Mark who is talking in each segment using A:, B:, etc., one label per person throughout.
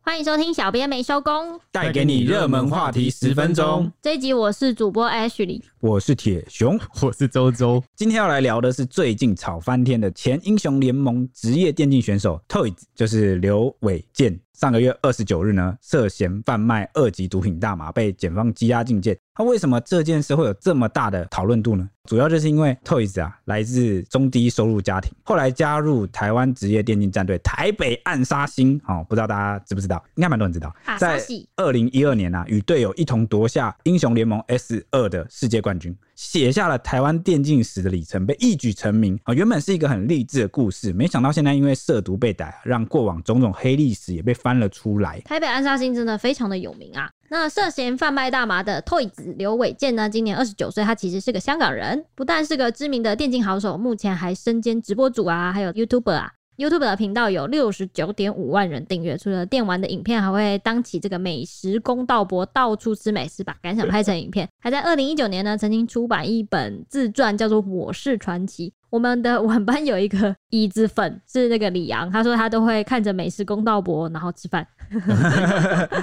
A: 欢迎收听《小编没收工》
B: 带给你热门话题十分钟。
A: 这一集，我是主播 Ashley。
B: 我是铁熊，
C: 我是周周，
B: 今天要来聊的是最近炒翻天的前英雄联盟职业电竞选手 Toys，就是刘伟健。上个月二十九日呢，涉嫌贩卖二级毒品大麻，被检方羁押禁见。那为什么这件事会有这么大的讨论度呢？主要就是因为 Toys 啊，来自中低收入家庭，后来加入台湾职业电竞战队台北暗杀星。哦，不知道大家知不知道？应该蛮多人知道
A: 啊。
B: 在
A: 杀系
B: 二零一二年啊，与队友一同夺下英雄联盟 S 二的世界冠军，写下了台湾电竞史的里程碑，一举成名啊、原本是一个很励志的故事，没想到现在因为涉毒被逮，让过往种种黑历史也被翻了出来。
A: 台北暗杀星真的非常的有名啊。那涉嫌贩卖大麻的 Toy 子刘伟健呢，今年二十九岁，他其实是个香港人，不但是个知名的电竞好手，目前还身兼直播主啊，还有 YouTuber 啊。YouTube 的频道有六十九点五万人订阅，除了电玩的影片，还会当起这个美食公道博，到处吃美食，把感想拍成影片。还在二零一九年呢，曾经出版一本自传，叫做《我是传奇》。我们的晚班有一个椅子粉是那个李阳，他说他都会看着美食公道博，然后吃饭。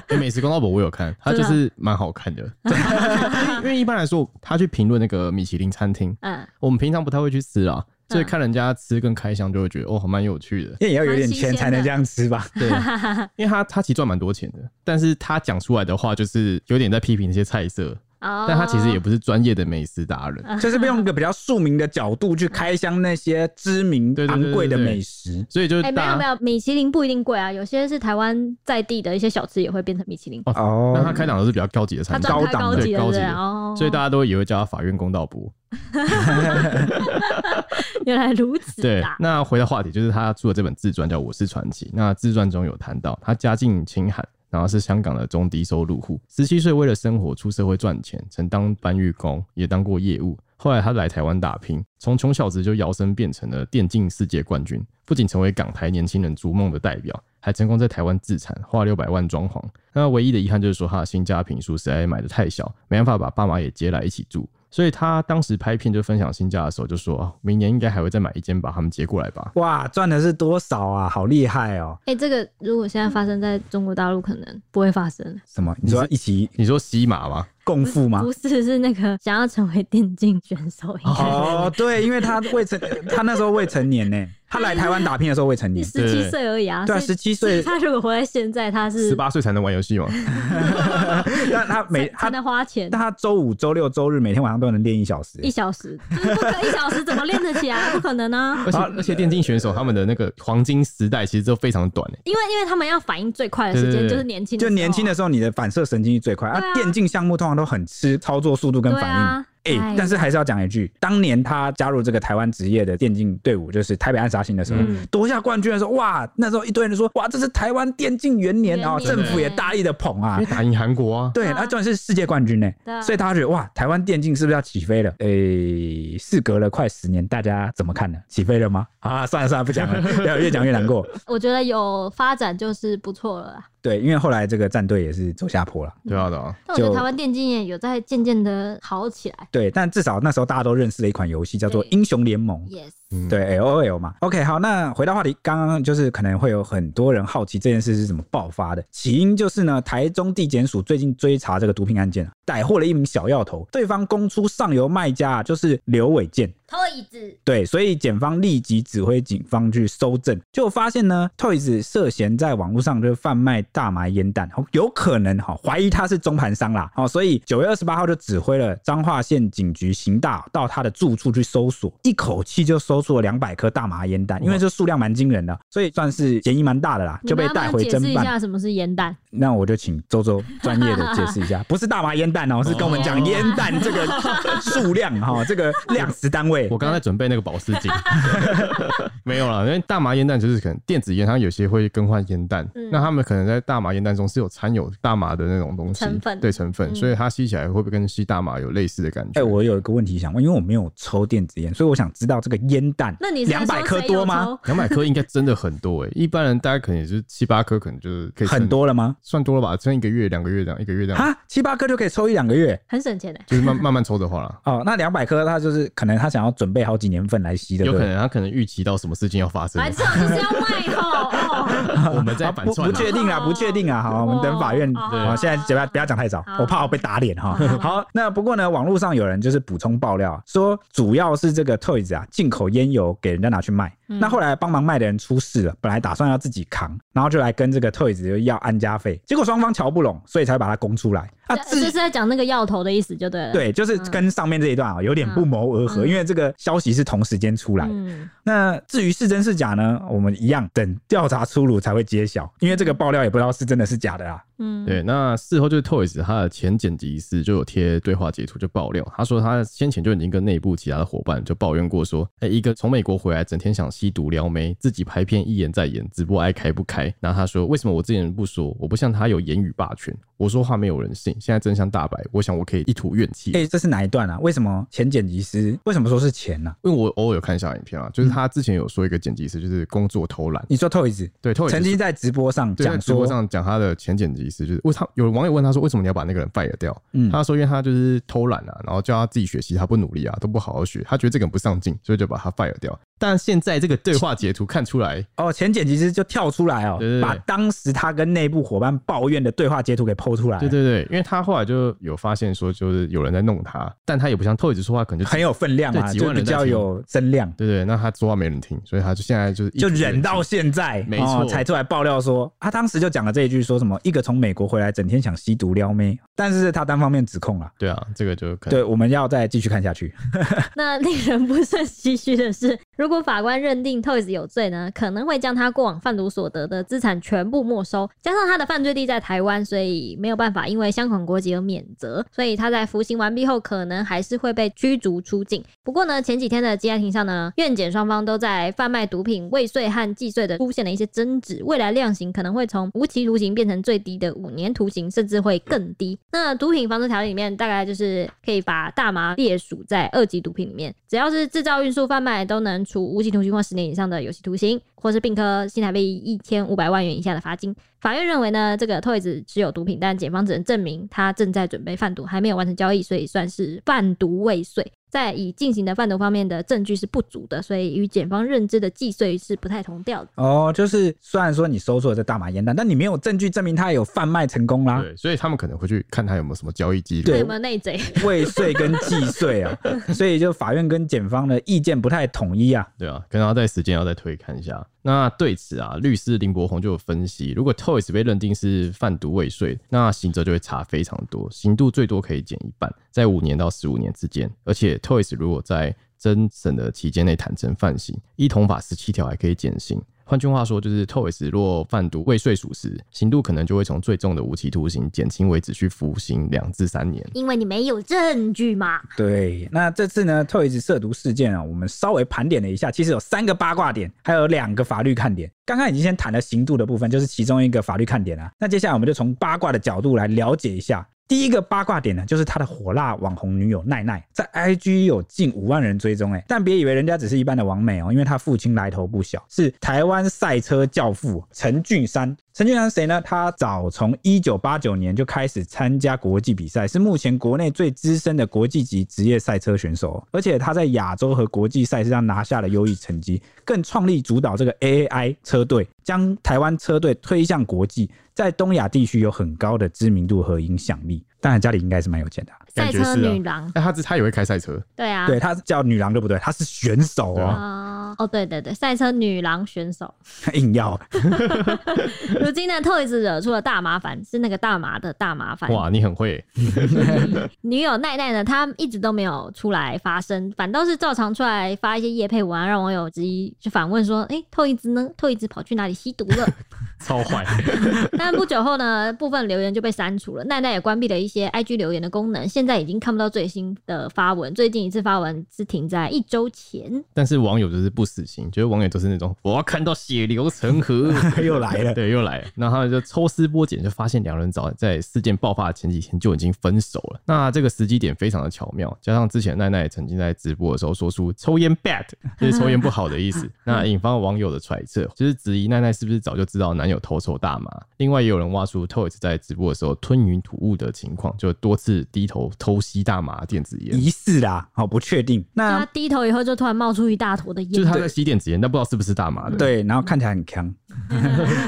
C: 欸美食公道博我有看，它
A: 真的
C: 就
A: 啊
C: 是蛮好看的。 因为因为一般来说，他去评论那个米其林餐厅，
A: 嗯，
C: 我们平常不太会去吃啊，所以看人家吃跟开箱，就会觉得哦，还蛮有趣 的。
B: 因为也要有点
A: 蛮新鲜的
B: 钱才能这样 吃吧？
C: 对，因为他他其实赚蛮多钱的，但是他讲出来的话就是有点在批评那些菜色，
A: 哦，嗯
C: 但他其实也不是专业的美食达人。
B: 就是用一个比较庶民的角度去开箱那些知名
C: 对对对
B: 昂贵的
C: 对对
B: 美食。
C: 所以就是
A: 哎、没有
C: 大
A: 没
C: 家
A: 有，米其林不一定贵啊，有些是台湾在地的一些小吃也会变成米其林，
C: 那
B: 哦
C: 他开档的是比较高级的
A: 它
C: 餐厅
A: 专，开
B: 高档
A: 高
B: 的
A: 级的，
C: 对
A: 对不
C: 高级
A: 对？
C: 的
A: 哦，
C: 所以大家都也会叫他法院公道博。
A: 原来如此
C: 对
A: 啊，。
C: 那回到话题，就是他出的这本自传叫《我是传奇》。那自传中有谈到，他家境清寒，然后是香港的中低收入户，十七岁为了生活出社会赚钱，曾当搬运工，也当过业务。后来他来台湾打拼，从穷小子就摇身变成了电竞世界冠军，不仅成为港台年轻人逐梦的代表，还成功在台湾自产，花六百万装潢。那唯一的遗憾就是说，他的新家平数实在买的太小，没办法把爸妈也接来一起住。所以他当时拍片就分享新家的时候，就说、哦、明年应该还会再买一间把他们接过来吧。
B: 哇，赚的是多少啊？好厉害哦！
A: 哎、这个如果现在发生在中国大陆，可能不会发生。
B: 什么？你说一起
C: 你说西马吗？
B: 共赴吗？
A: 不是，是那个想要成为电竞选手，应该
B: 哦，对，因为他未成，他那时候未成年呢，他来台湾打拼的时候未成年
A: 是， 十七岁而已啊。
B: 对
A: 所
B: 啊，
A: 以
B: 十七岁，
A: 他如果活在现在，他是
C: 十八岁才能玩游戏吗？
B: 但他每
A: 才
B: 他
A: 能花钱
B: 但他周五、周六、周日每天晚上都能练一小时，
A: 一小时，哦 就是不可一小时怎么练得起来？不可能啊！
C: 而且而且电竞选手他们的那个黄金时代其实都非常短欸诶、
A: 因为因为他们要反应最快的时
C: 对
A: 间
C: 对对
A: 就是年轻的时
B: 就
A: 候啊，
B: 年轻的时候你的反射神经是最快，
A: 对
B: 啊，
A: 啊
B: 电竞项目通常都很吃操作速度跟
A: 对
B: 反应。
A: 啊。
B: 哎、
A: 哎
B: 但是还是要讲一句，当年他加入这个台湾职业的电竞队伍，就是台北暗杀星的时候，
A: 嗯
B: 夺下冠军的时候，哇，那时候一堆人说，哇，这是台湾电竞元年
A: 元
B: 啊、
A: 年
B: 政府也大力的捧啊
C: 因为，打赢韩国啊，
B: 对，
A: 对啊
B: 然后重点是世界冠军呢、
A: 对啊
B: 所以大家觉得哇，台湾电竞是不是要起飞了？ 诶、事隔了快十年，大家怎么看呢？起飞了吗？啊，算了算了，不讲了，不 要越讲越难过。
A: 我觉得有发展就是不错了啦。
B: 对，因为后来这个战队也是走下坡了。
C: 对啊对啊。
A: 但我觉得
B: 就
A: 台湾电竞也有在渐渐的好起来。
B: 对，但至少那时候大家都认识了一款游戏，叫做
A: 对
B: 《英雄联盟》。
A: Yes，
C: 嗯
B: 对，L O L 嘛。OK，好，那回到话题，刚刚就是可能会有很多人好奇这件事是怎么爆发的，起因就是呢，台中地检署最近追查这个毒品案件啊，逮获了一名小药头，对方供出上游卖家啊就是刘伟健。
A: 拖椅子。
B: 对，所以检方立即指挥警方去搜证，就发现呢，Toys 涉嫌在网络上就是贩卖大麻烟弹，哦有可能哈、哦怀疑他是中盘商啦，哦，所以九月二十八号就指挥了彰化县警局刑大到他的住处去搜索，一口气就搜出了两百颗大麻烟弹，因为这数量蛮惊人的，所以算是嫌疑蛮大的啦，
A: 你
B: 就
A: 们
B: 被
A: 要不
B: 带
A: 要
B: 回
A: 解释
B: 侦
A: 一
B: 办。
A: 下什么是烟弹？
B: 那我就请周周专业的解释一下，不是大麻烟弹哦，是跟我们讲
C: 哦
B: 烟弹这个
A: 哦
B: 数量哈、这个量词单位
C: 我。刚刚在准备那个保释 金，没有啦，因为大麻烟弹就是可能电子烟，它有些会更换烟弹，
A: 嗯
C: 那他们可能在大麻烟弹中是有掺有大麻的那种东西
A: 成分
C: 对成分，
A: 嗯
C: 所以它吸起来会不会跟吸大麻有类似的感觉？
B: 哎、我有一个问题想问，因为我没有抽电子烟，所以我想知道这个烟弹，
A: 那你是在
B: 两百
A: 说
B: 颗
A: 谁
B: 多
A: 有
B: 吗？
A: 抽？
C: 两百颗应该真的很多哎、一般人大概可能也是七八颗，可能就是可以撑
B: 很，多了吗？
C: 算多了吧，撑一个月、两个月这样，一个月这样，
B: 哈，七八颗就可以抽一两个月
A: 很省 钱的、
C: 就是慢慢慢抽的话啦。
B: 哦。那两百颗，它就是可能他想要准备好几年份来吸的，
C: 有
B: 对
C: 可
B: 不对
A: 哎
C: 能他可能预期到什么事情要发生
A: 哦白，痴，我就是要卖吼！哦
C: 我们在反
B: 不
C: 串
B: 不
C: 啊。
B: 确定啦，不确定啊。好，我们等法院。
A: 哦
C: 对
B: 好，现在不要不要讲太早
A: 好，
B: 我怕我被打脸哈。
A: 好
B: 好，那不过呢，网络上有人就是补充爆料啊，说主要是这个 Toys 啊进口烟油给人家拿去卖，
A: 嗯
B: 那后来帮忙卖的人出事了，本来打算要自己扛，然后就来跟这个 Toys 就要安家费，结果双方瞧不拢，所以才把 他供出来啊。
A: 这
B: 至
A: 哦这是在讲那个药头的意思就对了。，
B: 对，就是
A: 嗯
B: 跟上面这一段啊有点不谋而合，
A: 嗯
B: 因为这个消息是同时间出来的。
A: 嗯，
B: 那至于是真是假呢？我们一样等调查出炉才会揭晓，因为这个爆料也不知道是真的是假的啊啦。
A: 嗯，
C: 对，那事后就是 Toys 他的前剪辑师就有贴对话截图就爆料，他说他先前就已经跟内部其他的伙伴就抱怨过说，哎、一个从美国回来整天想吸毒撩妹，自己拍片一演再演，直播爱开不开。然后他说为什么我之前不说，我不像他有言语霸权，我说话没有人信，现在真相大白，我想我可以一吐怨气。
B: 哎、这是哪一段啊？为什么前剪辑师为什么说是前呢、啊？
C: 因为我偶尔有看一下影片啊，就是
B: 嗯
C: 他之前有说一个剪辑师就是工作偷懒，
B: 你说 Toys
C: 对，Toys
B: 曾经在直播上
C: 对，在
B: 讲
C: 直播
B: 说，
C: 上讲他的前剪辑师，就是为他有网友问他说，为什么你要把那个人 fire 掉？
B: 嗯，
C: 他说，因为他就是偷懒啊，然后叫他自己学习，他不努力啊，都不好好学，他觉得这个人不上进，所以就把他 fire 掉。但现在这个对话截图看出来，
B: 哦，前剪辑师就跳出来哦，
C: 对对对
B: 把当时他跟内部伙伴抱怨的对话截图给剖出来，
C: 对对对，因为他后来就有发现说，就是有人在弄他，但他也不像透一直说话，可能就
B: 很有分量嘛，
C: 对几
B: 就
C: 万
B: 比
C: 人在
B: 较
C: 听
B: 有声量，
C: 对对，那他说话没人听，所以他就现在就是一
B: 就
C: 直
B: 忍到现在，
C: 没错
B: 哦才出来爆料说，他当时就讲了这一句，说什么一个从美国回来整天想吸毒撩妹，但是他单方面指控了。
C: 对啊，这个就可能
B: 对，我们要再继续看下去。
A: 那令人不胜唏嘘的是，如果法官认定 Toys 有罪呢，可能会将他过往贩毒所得的资产全部没收，加上他的犯罪地在台湾，所以没有办法因为香港国籍而免责，所以他在服刑完毕后，可能还是会被驱逐出境。不过呢，前几天的羁押庭上呢，院检双方都在贩卖毒品未遂和既遂的出现了一些争执，未来量刑可能会从无期徒刑变成最低的五年徒刑，甚至会更低。那毒品防治条例里面大概就是可以把大麻列属在二级毒品里面，只要是制造、运输、贩卖都能处无期徒刑或十年以上的有期徒刑，或是并科新台币一千五百万元以下的罚金。法院认为呢，这个 Toys 持有毒品，但检方只能证明他正在准备贩毒，还没有完成交易，所以算是贩毒未遂。在已进行的贩毒方面的证据是不足的，所以与检方认知的既遂是不太同调的。
B: 哦，就是虽然说你搜出了这大麻烟弹，但你没有证据证明他有贩卖成功啦。
C: 对，所以他们可能会去看他有没有什么交易记录
B: 啊对。啊
A: 有没有内贼？
B: 未遂跟既遂啊，所以就法院跟检方的意见不太统一啊。
C: 对啊，可能要在时间要再推看一下。那对此啊，律师林柏宏就有分析，如果 Toys 被认定是贩毒未遂，那刑责就会差非常多，刑度最多可以减一半，在五年到十五年之间。而且 Toys 如果在侦审的期间内坦诚犯行，依同法十七条还可以减刑。换句话说，就是 Toys 若贩毒未遂属实，刑度可能就会从最重的无期徒刑减轻为只需服刑两至三年。
A: 因为你没有证据嘛。
B: 对，那这次呢，Toys 涉毒事件啊，我们稍微盘点了一下，其实有三个八卦点，还有两个法律看点。刚刚已经先谈了刑度的部分，就是其中一个法律看点啊。那接下来我们就从八卦的角度来了解一下。第一个八卦点呢，就是他的火辣网红女友奈奈，在 IG 有近五万人追踪，哎，但别以为人家只是一般的网美哦，因为她父亲来头不小，是台湾赛车教父陈俊山。陈俊山谁呢？他早从一九八九年就开始参加国际比赛，是目前国内最资深的国际级职业赛车选手哦，而且他在亚洲和国际赛事上拿下了优异成绩，更创立主导这个 AAI 车队，将台湾车队推向国际，在东亚地区有很高的知名度和影响力。当然，家里应该是蛮有钱的啊、
A: 赛
C: 感觉
A: 车
C: 是啊
A: 女郎，
C: 哎、他他他也会开赛车，
A: 对啊，
B: 对，他叫女郎对不对？他是选手
C: 对
B: 哦，
C: 啊
A: 啊、哦，对对对，赛车女郎选手，
B: 硬要
A: 如今呢，Toys 惹出了大麻烦，是那个大麻的大麻烦。
C: 哇，你很会、
A: 女友奈奈呢，她一直都没有出来发声，反倒是照常出来发一些夜配文案，让网友质疑，就反问说：“诶 t o y s 呢？Toys 跑去哪里吸毒了？”
C: 超坏。
A: 但不久后呢，部分留言就被删除了，奈奈也关闭了一些 IG 留言的功能，现在已经看不到最新的发文，最近一次发文是停在一周前。
C: 但是网友就是不死心，觉得网友都是那种我要看到血流成河，
B: 又来了
C: 对，又来了。然后他们就抽丝剥茧，就发现两人早在事件爆发的前几天就已经分手了。那这个时机点非常的巧妙，加上之前奈奈也曾经在直播的时候说出抽烟 bad，就是抽烟不好的意 思，那引发网友的揣测，就是质疑奈奈是不是早就知道男友偷抽大麻。另外也有人挖出 Toys 在直播的时候吞云吐雾的情况，就多次低头偷吸大麻电子烟。
B: 疑似啦，哦，不确定。那
A: 啊她低头以后就突然冒出一大坨的烟，
C: 就是他在吸电子烟，但不知道是不是大麻的。，
B: 对，然后看起来很强。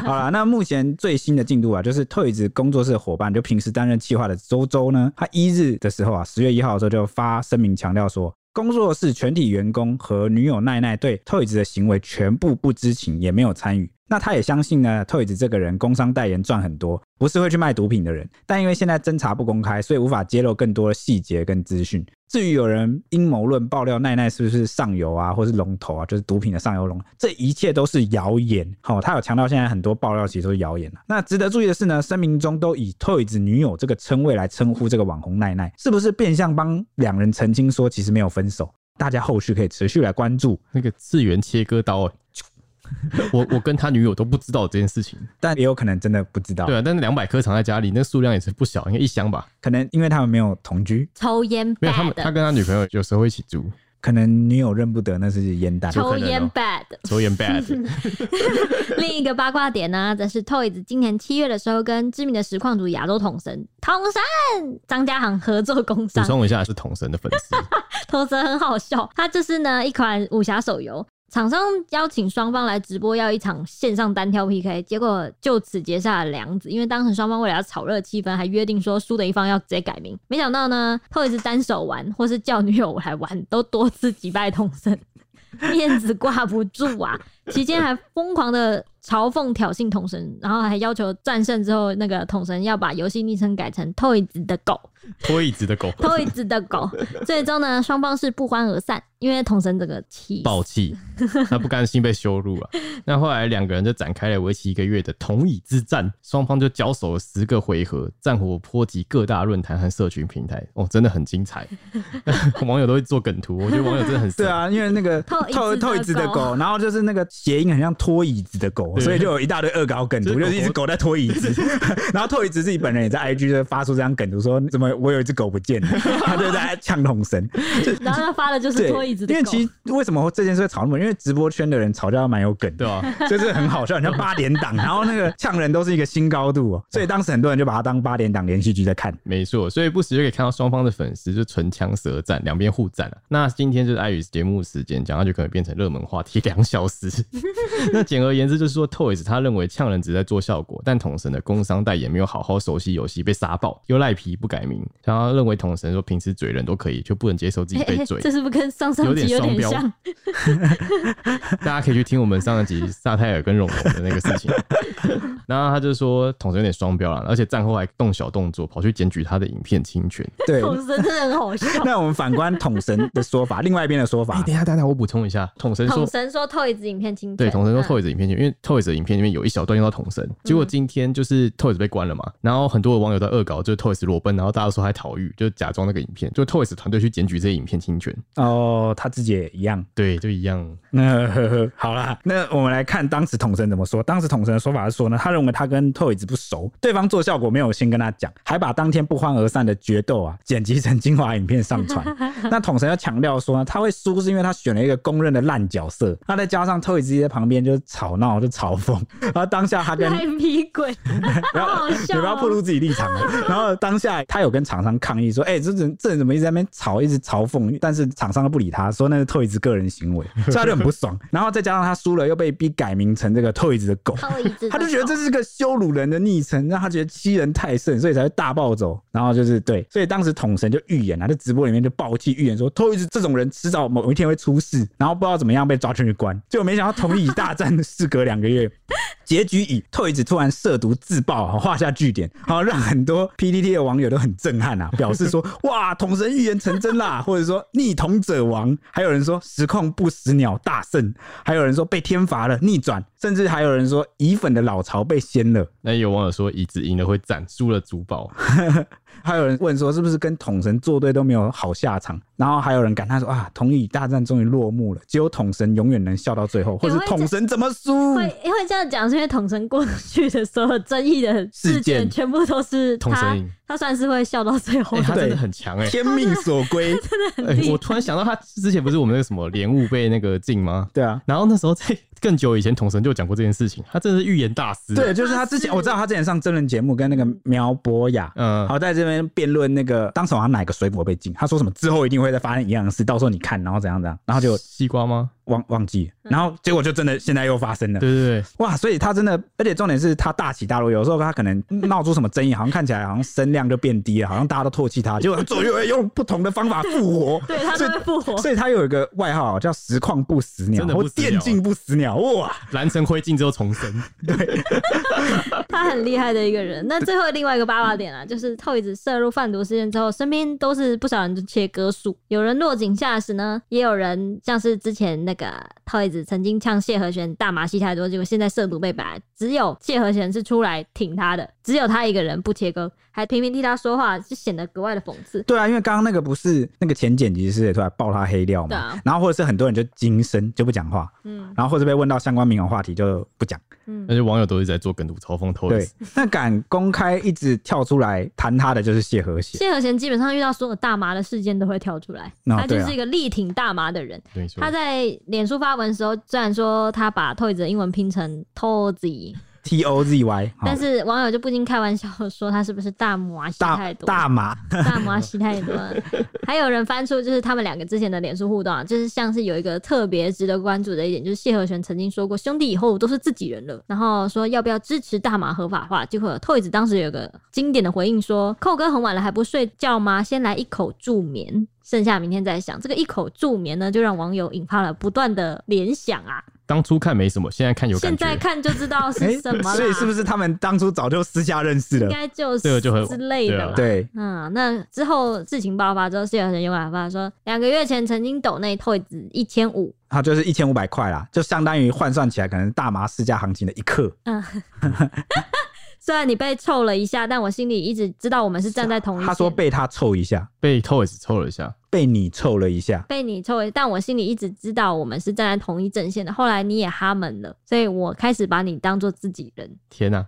B: 好啦，那目前最新的进度啊，就是退子工作室的伙伴，就平时担任企划的周周呢，他一日的时候啊，十月一号的时候就发声明强调说。工作室全体员工和女友奈奈对 Toys 的行为全部不知情，也没有参与。那他也相信呢，Toys 这个人工商代言赚很多，不是会去卖毒品的人。但因为现在侦查不公开，所以无法揭露更多的细节跟资讯。至于有人阴谋论爆料奈奈是不是上游啊，或是龙头啊，就是毒品的上游龙，这一切都是谣言。好、他有强调现在很多爆料其实都是谣言、啊、那值得注意的是呢，声明中都以 Toys 女友这个称谓来称呼这个网红奈奈，是不是变相帮两人澄清说其实没有分手？大家后续可以持续来关注。
C: 那个次元切割刀、欸， 我我跟他女友都不知道这件事情。
B: 但也有可能真的不知道
C: 对，啊，但是两百颗藏在家里，那数量也是不小，应该一箱吧？
B: 可能因为他们没有同居，
A: 抽烟
C: 没有，他们他
A: bad，
C: 跟他女朋友有时候会一起住，
B: 可能女友认不得那是烟弹。
C: 有可
A: 抽
C: 能哦
A: 烟 bad。
C: 抽烟 bad。
A: 另一个八卦点呢，则是 Toys 今年七月的时候跟知名的实况主亚洲统神统神张家航合作工
C: 补
A: 商，
C: 充一下，是童神的粉丝，
A: 统神很好笑，它就是呢一款武侠手游。厂商邀请双方来直播，要一场线上单挑 PK，结果就此结下了梁子。因为当时双方为了要炒热气氛，还约定说输的一方要直接改名。没想到呢，Toys 单手玩或是叫女友来玩，都多次击败统神，面子挂不住啊！期间还疯狂的嘲讽挑衅统神，然后还要求战胜之后，那个统神要把游戏昵称改成 Toys 的狗。
C: 拖椅子 的狗，
A: Toys 的狗。最终呢，双方是不欢而散，因为童神这个气
C: 暴气，他不甘心被羞辱啊。那后来两个人就展开了为期一个月的同椅之战，双方就交手了十个回合，战火波及各大论坛和社群平台，哦，真的很精彩。 网友都会做梗图，我觉得网友真的很神
B: 对，啊，因为那 个
A: 透一
B: 透
A: 只的
B: 透一只的
A: 狗
B: 狗，然后就是那个谐音很像拖椅子的狗，
C: 对
B: 所以就有一大堆恶搞梗图，
C: 就
B: 就是
C: 狗
B: 是一只狗在拖椅子。 然后透一只自己本人也在 IG 就发出这样梗图说，怎么我有一只狗 不见了，他就在呛统神。
A: 然后他发的就是
B: 对
A: 拖椅子，
B: 因
A: 的
B: 为
A: 狗。
B: 其实为什么这件事会吵那么？因为直播圈的人吵架蛮有梗
C: 对啊
B: 的。
C: 吧、
B: 就是很好笑，你像八点档，然后那个呛人都是一个新高度哦，所以当时很多人就把它当八点档连续剧在看。
C: 没错，所以不时就可以看到双方的粉丝就唇枪舌战，两边互战啊。那今天就是碍于节目时间，讲下去可能变成热门话题两小 时。那简而言之就是说，Toys 他认为呛人只在做效果，但统神的工商代言没有好好熟悉游戏，被杀爆，又赖皮不改名。然后认为统神说平时嘴人都可以，就不能接受自己
A: 嘿
C: 被
A: 嘿
C: 嘴。
A: 这是不是跟上上集有
C: 有
A: 点
C: 点双标
A: 像？
C: 大家可以去听我们上一集萨泰尔跟荣荣的那个事 情。然后他就说统神有点双标了，而且战后还动小动作跑去检举他的影片侵权。
B: 对，
A: 童神真的很好笑。
B: 那我们反观统神的说法，另外一边的说
C: 哎、
B: 法，
C: 等一下，等一下，我补充一下，统神说
A: 童神说 Toys 影片侵权，
C: 对，统神说
A: 嗯
C: Toys 的影片，因为 Toys 的影片里面有一小段用到统神，结
B: 嗯
C: 果今天就是 Toys 被关了嘛，然后很多的网友在恶搞，就是 Toys 裸奔，然后大家说他逃狱，就假装那个影片，就 Toys 团队去检举这些影片侵权，
B: 哦，他自己也一样。
C: 对，就一样，
B: 那呵呵， 好啦，那我们来看当时统神怎么说。当时统神的说法是说呢，他认为他跟 Toys 不熟，对方做效果没有先跟他讲，还把当天不欢而散的决斗啊剪辑成精华影片上传。那统神要强调说呢，他会输是因为他选了一个公认的烂角色，那再加上 Toys 在旁边就是吵闹就嘲讽，然后当下他 跟
A: 赖皮鬼，
B: 不要
A: 好好笑
B: 也
A: 哦
B: 不要暴露自己立场了。然后当下他有跟厂商抗议说：“哎、这人这人怎么一直在那边吵，一直嘲讽？”但是厂商都不理他，说那是 Toys 个人行为，所以他就很不爽。然后再加上他输了，又被逼改名成这个 Toys 的狗。
A: Toys 的狗
B: 他就觉得这是个羞辱人的昵称，让他觉得欺人太甚，所以才会大暴走。然后就是对，所以当时统神就预言啊，在直播里面就暴气预言说，Toys 这种人迟早某一天会出事，然后不知道怎么样被抓进去关。结果没想到同椅大战事隔两个月， 结局以 Toys 突然涉毒自爆啊画下句点，好让很多 PTT 的网友都很震撼啊，表示说哇，统神预言成真啦，或者说逆统者亡，还有人说实况不死鸟大胜，还有人说被天罚了逆转，甚至还有人说乙粉的老巢被掀了，
C: 那也有网友说椅子赢了会赞，输了主保，
B: 还有人问说是不是跟统神作对都没有好下场，然后还有人感叹说啊，统乙大战终于落幕了，只有统神永远能笑到最后，或
A: 有
B: 是
A: 会
B: 统神怎么输？
A: 会因为这样讲，是因为统神过去的所有争议的
B: 事
A: 事
B: 件
A: 件，全部都是
C: 统神
A: 他
C: 赢，
A: 他算是会笑到最后
C: 哎、他
A: 的。
C: 真
B: 对
C: 的很强 哎、
B: 天命所归，
C: 哎我突然想到他之前不是我们那个什么莲雾被那个禁吗？
B: 对啊。
C: 然后那时候在更久以前，统神就有讲过这件事情，他真的是预言大师，欸
B: 对，，就是他之前我知道他之前上真人节目跟那个苗博雅，
C: 嗯、
B: 好在这边辩论那个当时好像哪个水果被禁，他说什么之后一定会再发生一样的事，到时候你看，然后怎样怎样，然后就
C: 西瓜吗？
B: 忘忘记了，然后结果就真的现在又发生了。
C: 对对对，
B: 哇，所以他真的，而且重点是他大起大落，有时候他可能闹出什么争议，好像看起来好像声量就变低了，好像大家都唾弃 他，结果他左右用不同的方法复活。
A: 对他
B: 所
A: 就
B: 以
A: 会复活。
B: 所以他有一个外号叫“实况不死鸟
C: 真”的
B: 或
C: 不
B: “
C: 死鸟
B: 电竞不死鸟”。哇，
C: 燃成灰烬之后重 生，
A: 他很厉害的一个人。那最后另外一个八卦点啊，就是透一子涉入贩毒事件之后，身边都是不少人就切割树，有人落井下石呢，也有人像是之前那个透一子曾经呛谢和弦大麻吸太多，结果现在涉毒被摆，只有谢和弦是出来挺他的，只有他一个人不切割，还频频替他说话，就显得格外的讽刺。
B: 对啊，因为刚刚那个不是那个前剪辑师也突然爆他黑料嘛，
A: 对啊
B: 然后或者是很多人就惊声就不讲话，
A: 嗯
B: 然后或者被问到相关敏感话题就不讲。
A: 嗯
C: 那，些网友都是在做梗图嘲讽 Toys
B: 对。，那敢公开一直跳出来谈他的就是谢和弦，
A: 谢和弦基本上遇到所有大麻的事件都会跳出来，
B: 哦
A: 他就
B: 对啊
A: 是一个力挺大麻的人。
C: 对，说
A: 他在脸书发文的时候，虽然说他把 Toys 的英文拼成 Tozy，
B: T O Z Y，好
A: 但是网友就不禁开玩笑说他是不是大麻吸
B: 大
A: 太多，
B: 大麻，
A: 大麻吸太多了。还有人翻出就是他们两个之前的脸书互动啊，就是像是有一个特别值得关注的一点，就是谢和弦曾经说过兄弟以后都是自己人了，然后说要不要支持大麻合法化，结果 Toys 当时有个经典的回应说：“寇哥很晚了还不睡觉吗？先来一口助眠。”剩下明天再想，这个一口助眠呢，就让网友引发了不断的联想啊！
C: 当初看没什么，现在看有感
A: 现在
C: 觉，
A: 看就知道
B: 哎、
A: 是什么啦，
B: 所以是不是他们当初早就私下认识
A: 应
B: 了？
A: 该就是
C: 这个就很
A: 之类的
C: 对啊
A: 啦。
B: 对，
A: 嗯，那之后事情爆发之后，谢有人又发发说，两个月前曾经抖内透子一千五，
B: 他就是一千五百块啦，就相当于换算起来可能大麻市价行情的一克。
A: 嗯 虽然你被臭了一下，但我心里一直知道我们是站在同一线。
B: 他说被他凑一下，
C: 被 Toys 抽了一下，
B: 被你凑了一下，
A: 被你臭了，但我心里一直知道我们是站在同一阵线的。后来你也哈门了，所以我开始把你当做自己人，
C: 天呐、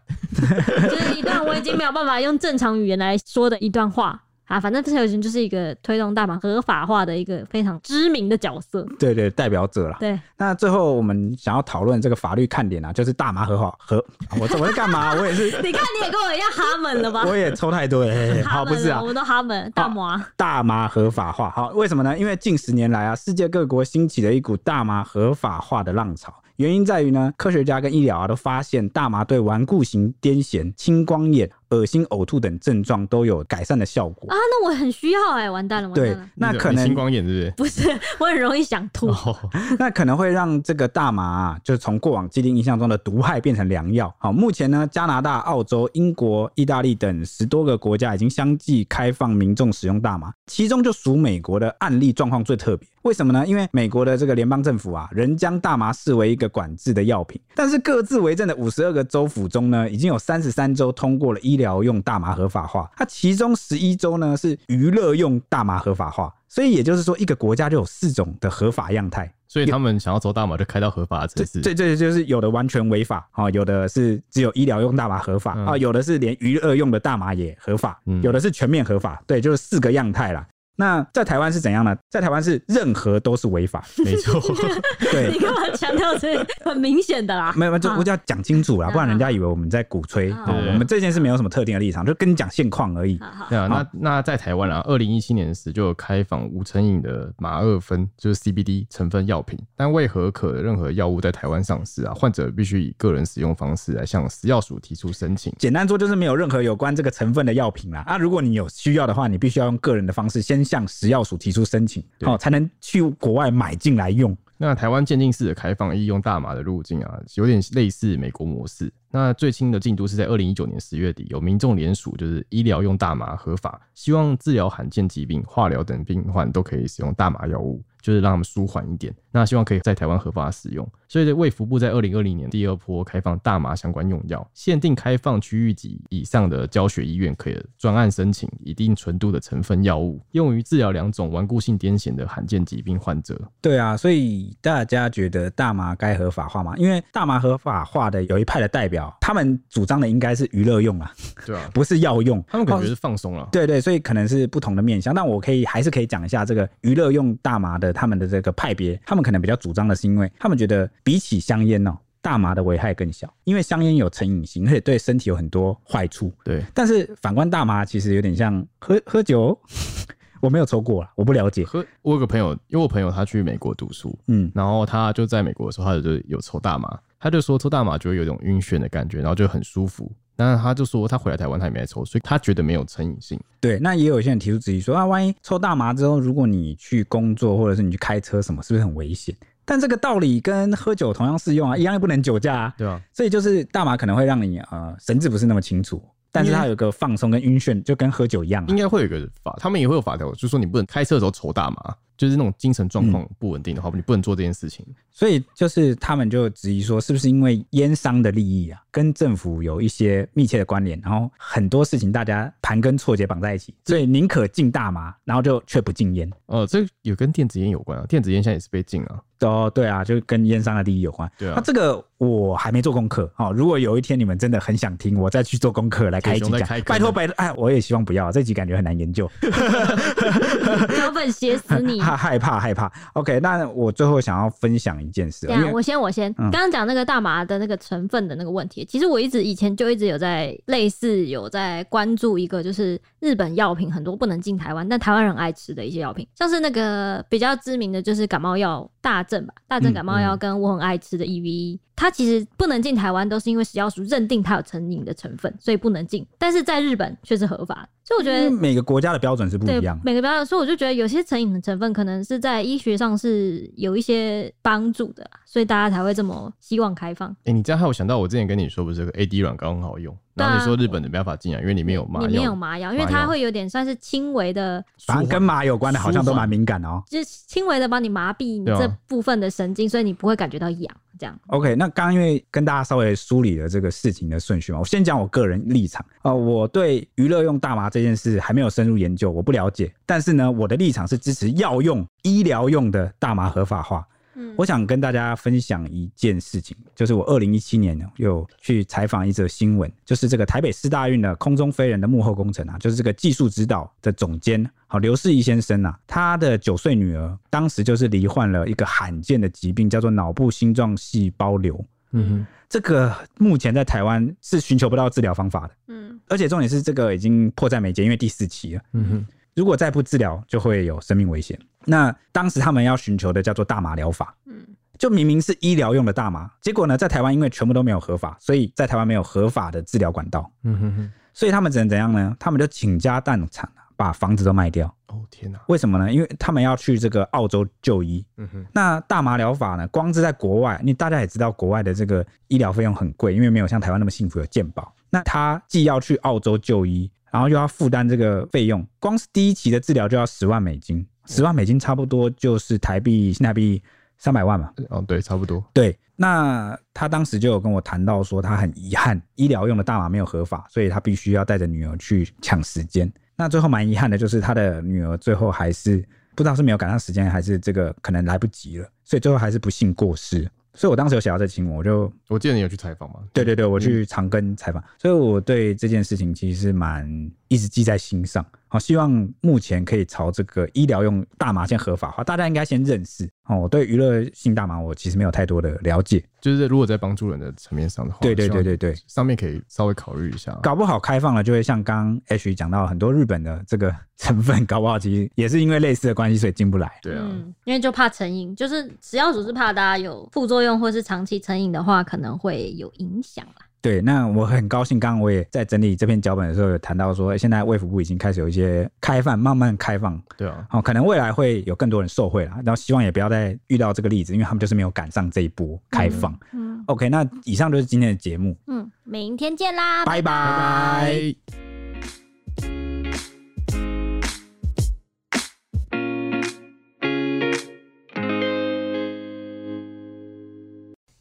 A: 就是一段我已经没有办法用正常语言来说的一段话。啊，反正谢有人就是一个推动大麻合法化的一个非常知名的角色。
B: 对对，代表者啦。
A: 对，
B: 那最后我们想要讨论这个法律看点啊，就是大麻合法合，我我在干嘛？我 也是，
A: 你看你也跟我一样哈门了吧？
B: 我也抽太多了。嘿嘿
A: 哈
B: 好，
A: 门
B: 不是
A: 了
B: 啊
A: 我，们都哈门大啊麻。
B: 大麻合法化。好，为什么呢？因为近十年来啊，世界各国兴起了一股大麻合法化的浪潮。原因在于呢，科学家跟医疗啊都发现大麻对顽固型癫痫、青光眼、恶心、呕吐等症状都有改善的效果。
A: 啊，那我很需要哎、完蛋了，完
B: 哦对
A: 蛋了，，
B: 那
C: 你
B: 可
C: 你
B: 能
C: 青光眼是
A: 不是，我很容易想
C: 不
A: 吐。
C: 是？哦，
B: 那可能会让这个大麻、啊、就是从过往既定印象中的毒害变成良药。好，目前呢，加拿大、澳洲、英国、意大利等十多个国家已经相继开放民众使用大麻，其中就属美国的案例状况最特别。为什么呢？因为美国的这个联邦政府啊，仍将大麻视为一个管制的药品，但是各自为政的五十二个州府中呢，已经有三十三州通过了医疗用大麻合法化，它其中十一州呢是娱乐用大麻合法化。所以也就是说，一个国家就有四种的合法样态。
C: 所以他们想要抽大麻就开到合法的城市，
B: 这这就是有的完全违法啊、哦有的是只有医疗用大麻合法啊、
C: 嗯
B: 有的是连娱乐用的大麻也合法，
C: 嗯
B: 有的是全面合法，对，就是四个样态啦。那在台湾是怎样呢？在台湾是任何都是违法，
C: 没错，
A: 你
B: 对，
A: 干嘛强调这 个很明显的啦？
B: 没有，没有就我就要讲清楚啦，
A: 嗯
B: 不然人家以为我们在鼓吹。
A: 嗯
B: 哦
C: 对
B: 我们这件事没有什么特定的立场，就跟你讲现况而已。
A: 好 好
C: 对啊，那那在台湾啊，二零一七年时就有开放无成瘾的马二酚，就是 CBD 成分药品，但为何可任何药物在台湾上市啊？患者必须以个人使用方式来向食药署提出申请。
B: 简单说就是没有任何有关这个成分的药品啦。啊，如果你有需要的话，你必须要用个人的方式先向食药署提出申请，
C: 对
B: 哦，才能去国外买进来用。
C: 那台湾渐进式的开放医用大麻的路径啊，有点类似美国模式。那最新的进度是在二零一九年十月底，有民众联署，就是医疗用大麻合法，希望治疗罕见疾病、化疗等病患都可以使用大麻药物，就是让他们舒缓一点。那希望可以在台湾合法使用。所以，卫福部在二零二零年第二波开放大麻相关用药，限定开放区域级以上的教学医院可以专案申请一定纯度的成分药物，用于治疗两种顽固性癫痫的罕见疾病患者。
B: 对啊，所以大家觉得大麻该合法化吗？因为大麻合法化的有一派的代表，他们主张的应该是娱乐用啊，
C: 对啊，
B: 不是药用。
C: 他们可能觉得
B: 哦
C: 是放松了。
B: 对对，所以可能是不同的面向。但我可以还是可以讲一下这个娱乐用大麻的他们的这个派别，他们可能比较主张的是，因为他们觉得比起香烟哦，大麻的危害更小，因为香烟有成瘾性，而且对身体有很多坏处。
C: 对，
B: 但是反观大麻，其实有点像喝喝酒。哦 我没有抽过啊，我不了解。
C: 和我有个朋友，因为我朋友他去美国读书，
B: 嗯，
C: 然后他就在美国的时候，他就有抽大麻，他就说抽大麻就会有一种晕眩的感觉，然后就很舒服。但是他就说他回来台湾他也没在抽，所以他觉得没有成瘾性。
B: 对。那也有一些人提出质疑说，啊，万一抽大麻之后，如果你去工作或者是你去开车什么，是不是很危险？但这个道理跟喝酒同样适用啊，一样不能酒驾啊。
C: 对啊，
B: 所以就是大麻可能会让你呃神志不是那么清楚，但是它有个放松跟晕眩，就跟喝酒一样、啊
C: 应。该会有一个法，他们也会有法条，就说你不能开车的时候抽大麻，就是那种精神状况不稳定的话，你不能做这件事情。
B: 所以就是他们就质疑说，是不是因为烟商的利益啊，跟政府有一些密切的关联，然后很多事情大家盘根错节绑在一起，所以宁可禁大麻，然后就却不禁烟。
C: 呃，这有跟电子烟有关啊，电子烟现在也是被禁啊。
B: 哦，对啊，就跟烟商的利益有关。
C: 对
B: 那
C: 啊，
B: 这个我还没做功课哦。如果有一天你们真的很想听，我再去做功课来开一集
C: 铁熊在
B: 讲
C: 开。课
B: 拜托拜托，哎，我也希望不要这集，感觉很难研究。
A: 脚本写死你。
B: 害害怕害怕。OK，那我最后想要分享一件事，啊哦
A: 这样，
B: 因为
A: 啊
B: 嗯
A: 我先我先，刚刚讲那个大麻的那个成分的那个问题，其实我一直以前就一直有在类似有在关注一个，就是日本药品很多不能进台湾，但台湾人爱吃的一些药品，像是那个比较知名的就是感冒药大正吧，大正
B: 嗯
A: 感冒药跟我很爱吃的 EVE，、它其实不能进台湾都是因为食药署认定它有成瘾的成分，所以不能进，但是在日本却是合法的，所以我觉得
B: 嗯每个国家的标准是不
A: 对
B: 一样。
A: 每个标准，所以我就觉得有些成瘾的成分可能是在医学上是有一些帮助的啦，所以大家才会这么希望开放。
C: 哎、你这样害我想到我之前跟你说，不是有个 AD 软膏很好用，
A: 对啊
C: 然后你说日本的没办法进啊来，因为里面有麻
A: 里面有
C: 药。
A: 麻药，因为
C: 麻
A: 它
C: 药
A: 会有点算是轻微的，
B: 反正跟麻有关的，好像都蛮敏感的哦。
A: 就是轻微的帮你麻痹你
C: 对啊
A: 这部分的神经，所以你不会感觉到痒。这样，
B: OK，那刚刚因为跟大家稍微梳理了这个事情的顺序嘛，我先讲我个人立场啊、呃我对娱乐用大麻这件事还没有深入研究，我不了解。但是呢，我的立场是支持药用、医疗用的大麻合法化。
A: 嗯
B: 我想跟大家分享一件事情，就是我二零一七年呢有去采访一则新闻，就是这个台北市大运的空中飞人的幕后工程啊，就是这个技术指导的总监好刘世仪先生啊，他的九岁女儿当时就是罹患了一个罕见的疾病，叫做脑部星状细胞瘤。
C: 嗯
B: 这个目前在台湾是寻求不到治疗方法的，
A: 嗯
B: 而且重点是这个已经迫在眉睫，因为第四期了。
C: 哼，嗯哼，
B: 如果再不治疗，就会有生命危险。那当时他们要寻求的叫做大麻疗法，
A: 嗯，
B: 就明明是医疗用的大麻，结果呢，在台湾因为全部都没有合法，所以在台湾没有合法的治疗管道，
C: 嗯哼哼。
B: 所以他们只能怎样呢？他们就倾家荡产啊，把房子都卖掉。
C: 哦天哪、
B: 为什么呢？因为他们要去这个澳洲就医。
C: 嗯哼，
B: 那大麻疗法呢，光是在国外，你大家也知道，国外的这个医疗费用很贵，因为没有像台湾那么幸福有健保。那他既要去澳洲就医，然后又要负担这个费用，光是第一期的治疗就要十万美金，十万美金差不多就是台币新台币三百万嘛。
C: 哦对，差不多。
B: 对，那他当时就有跟我谈到说，他很遗憾医疗用的大麻没有合法，所以他必须要带着女儿去抢时间。那最后蛮遗憾的就是他的女儿最后还是不知道是没有赶上时间，还是这个可能来不及了，所以最后还是不幸过世。所以我当时有写到这新闻，我就
C: 我记得你有去采访吗？
B: 对对对，我去长庚采访，所以我对这件事情其实是蛮一直记在心上。好，希望目前可以朝这个医疗用大麻先合法化，大家应该先认识哦。我对娱乐性大麻我其实没有太多的了解，
C: 就是如果在帮助人的层面上的话，
B: 对对对对
C: 希
B: 对
C: 望，上面可以稍微考虑一下。
B: 哦搞不好开放了就会像刚 H 讲到很多日本的这个 成分，搞不好其实也是因为类似的关系所以进不来。
C: 对啊，
A: 嗯，因为就怕成瘾，就是食药署是怕大家有副作用，或是长期成瘾的话，可能会有影响啦。
B: 对，那我很高兴，刚刚我也在整理这篇脚本的时候有谈到说，诶现在卫福部已经开始有一些开放，慢慢开放，
C: 对啊，
B: 哦，可能未来会有更多人受惠啦。然后希望也不要再遇到这个例子，因为他们就是没有赶上这一波开放。
A: 嗯
B: OK，那以上就是今天的节目，
A: 嗯，明天见啦，
B: 拜拜。
C: 拜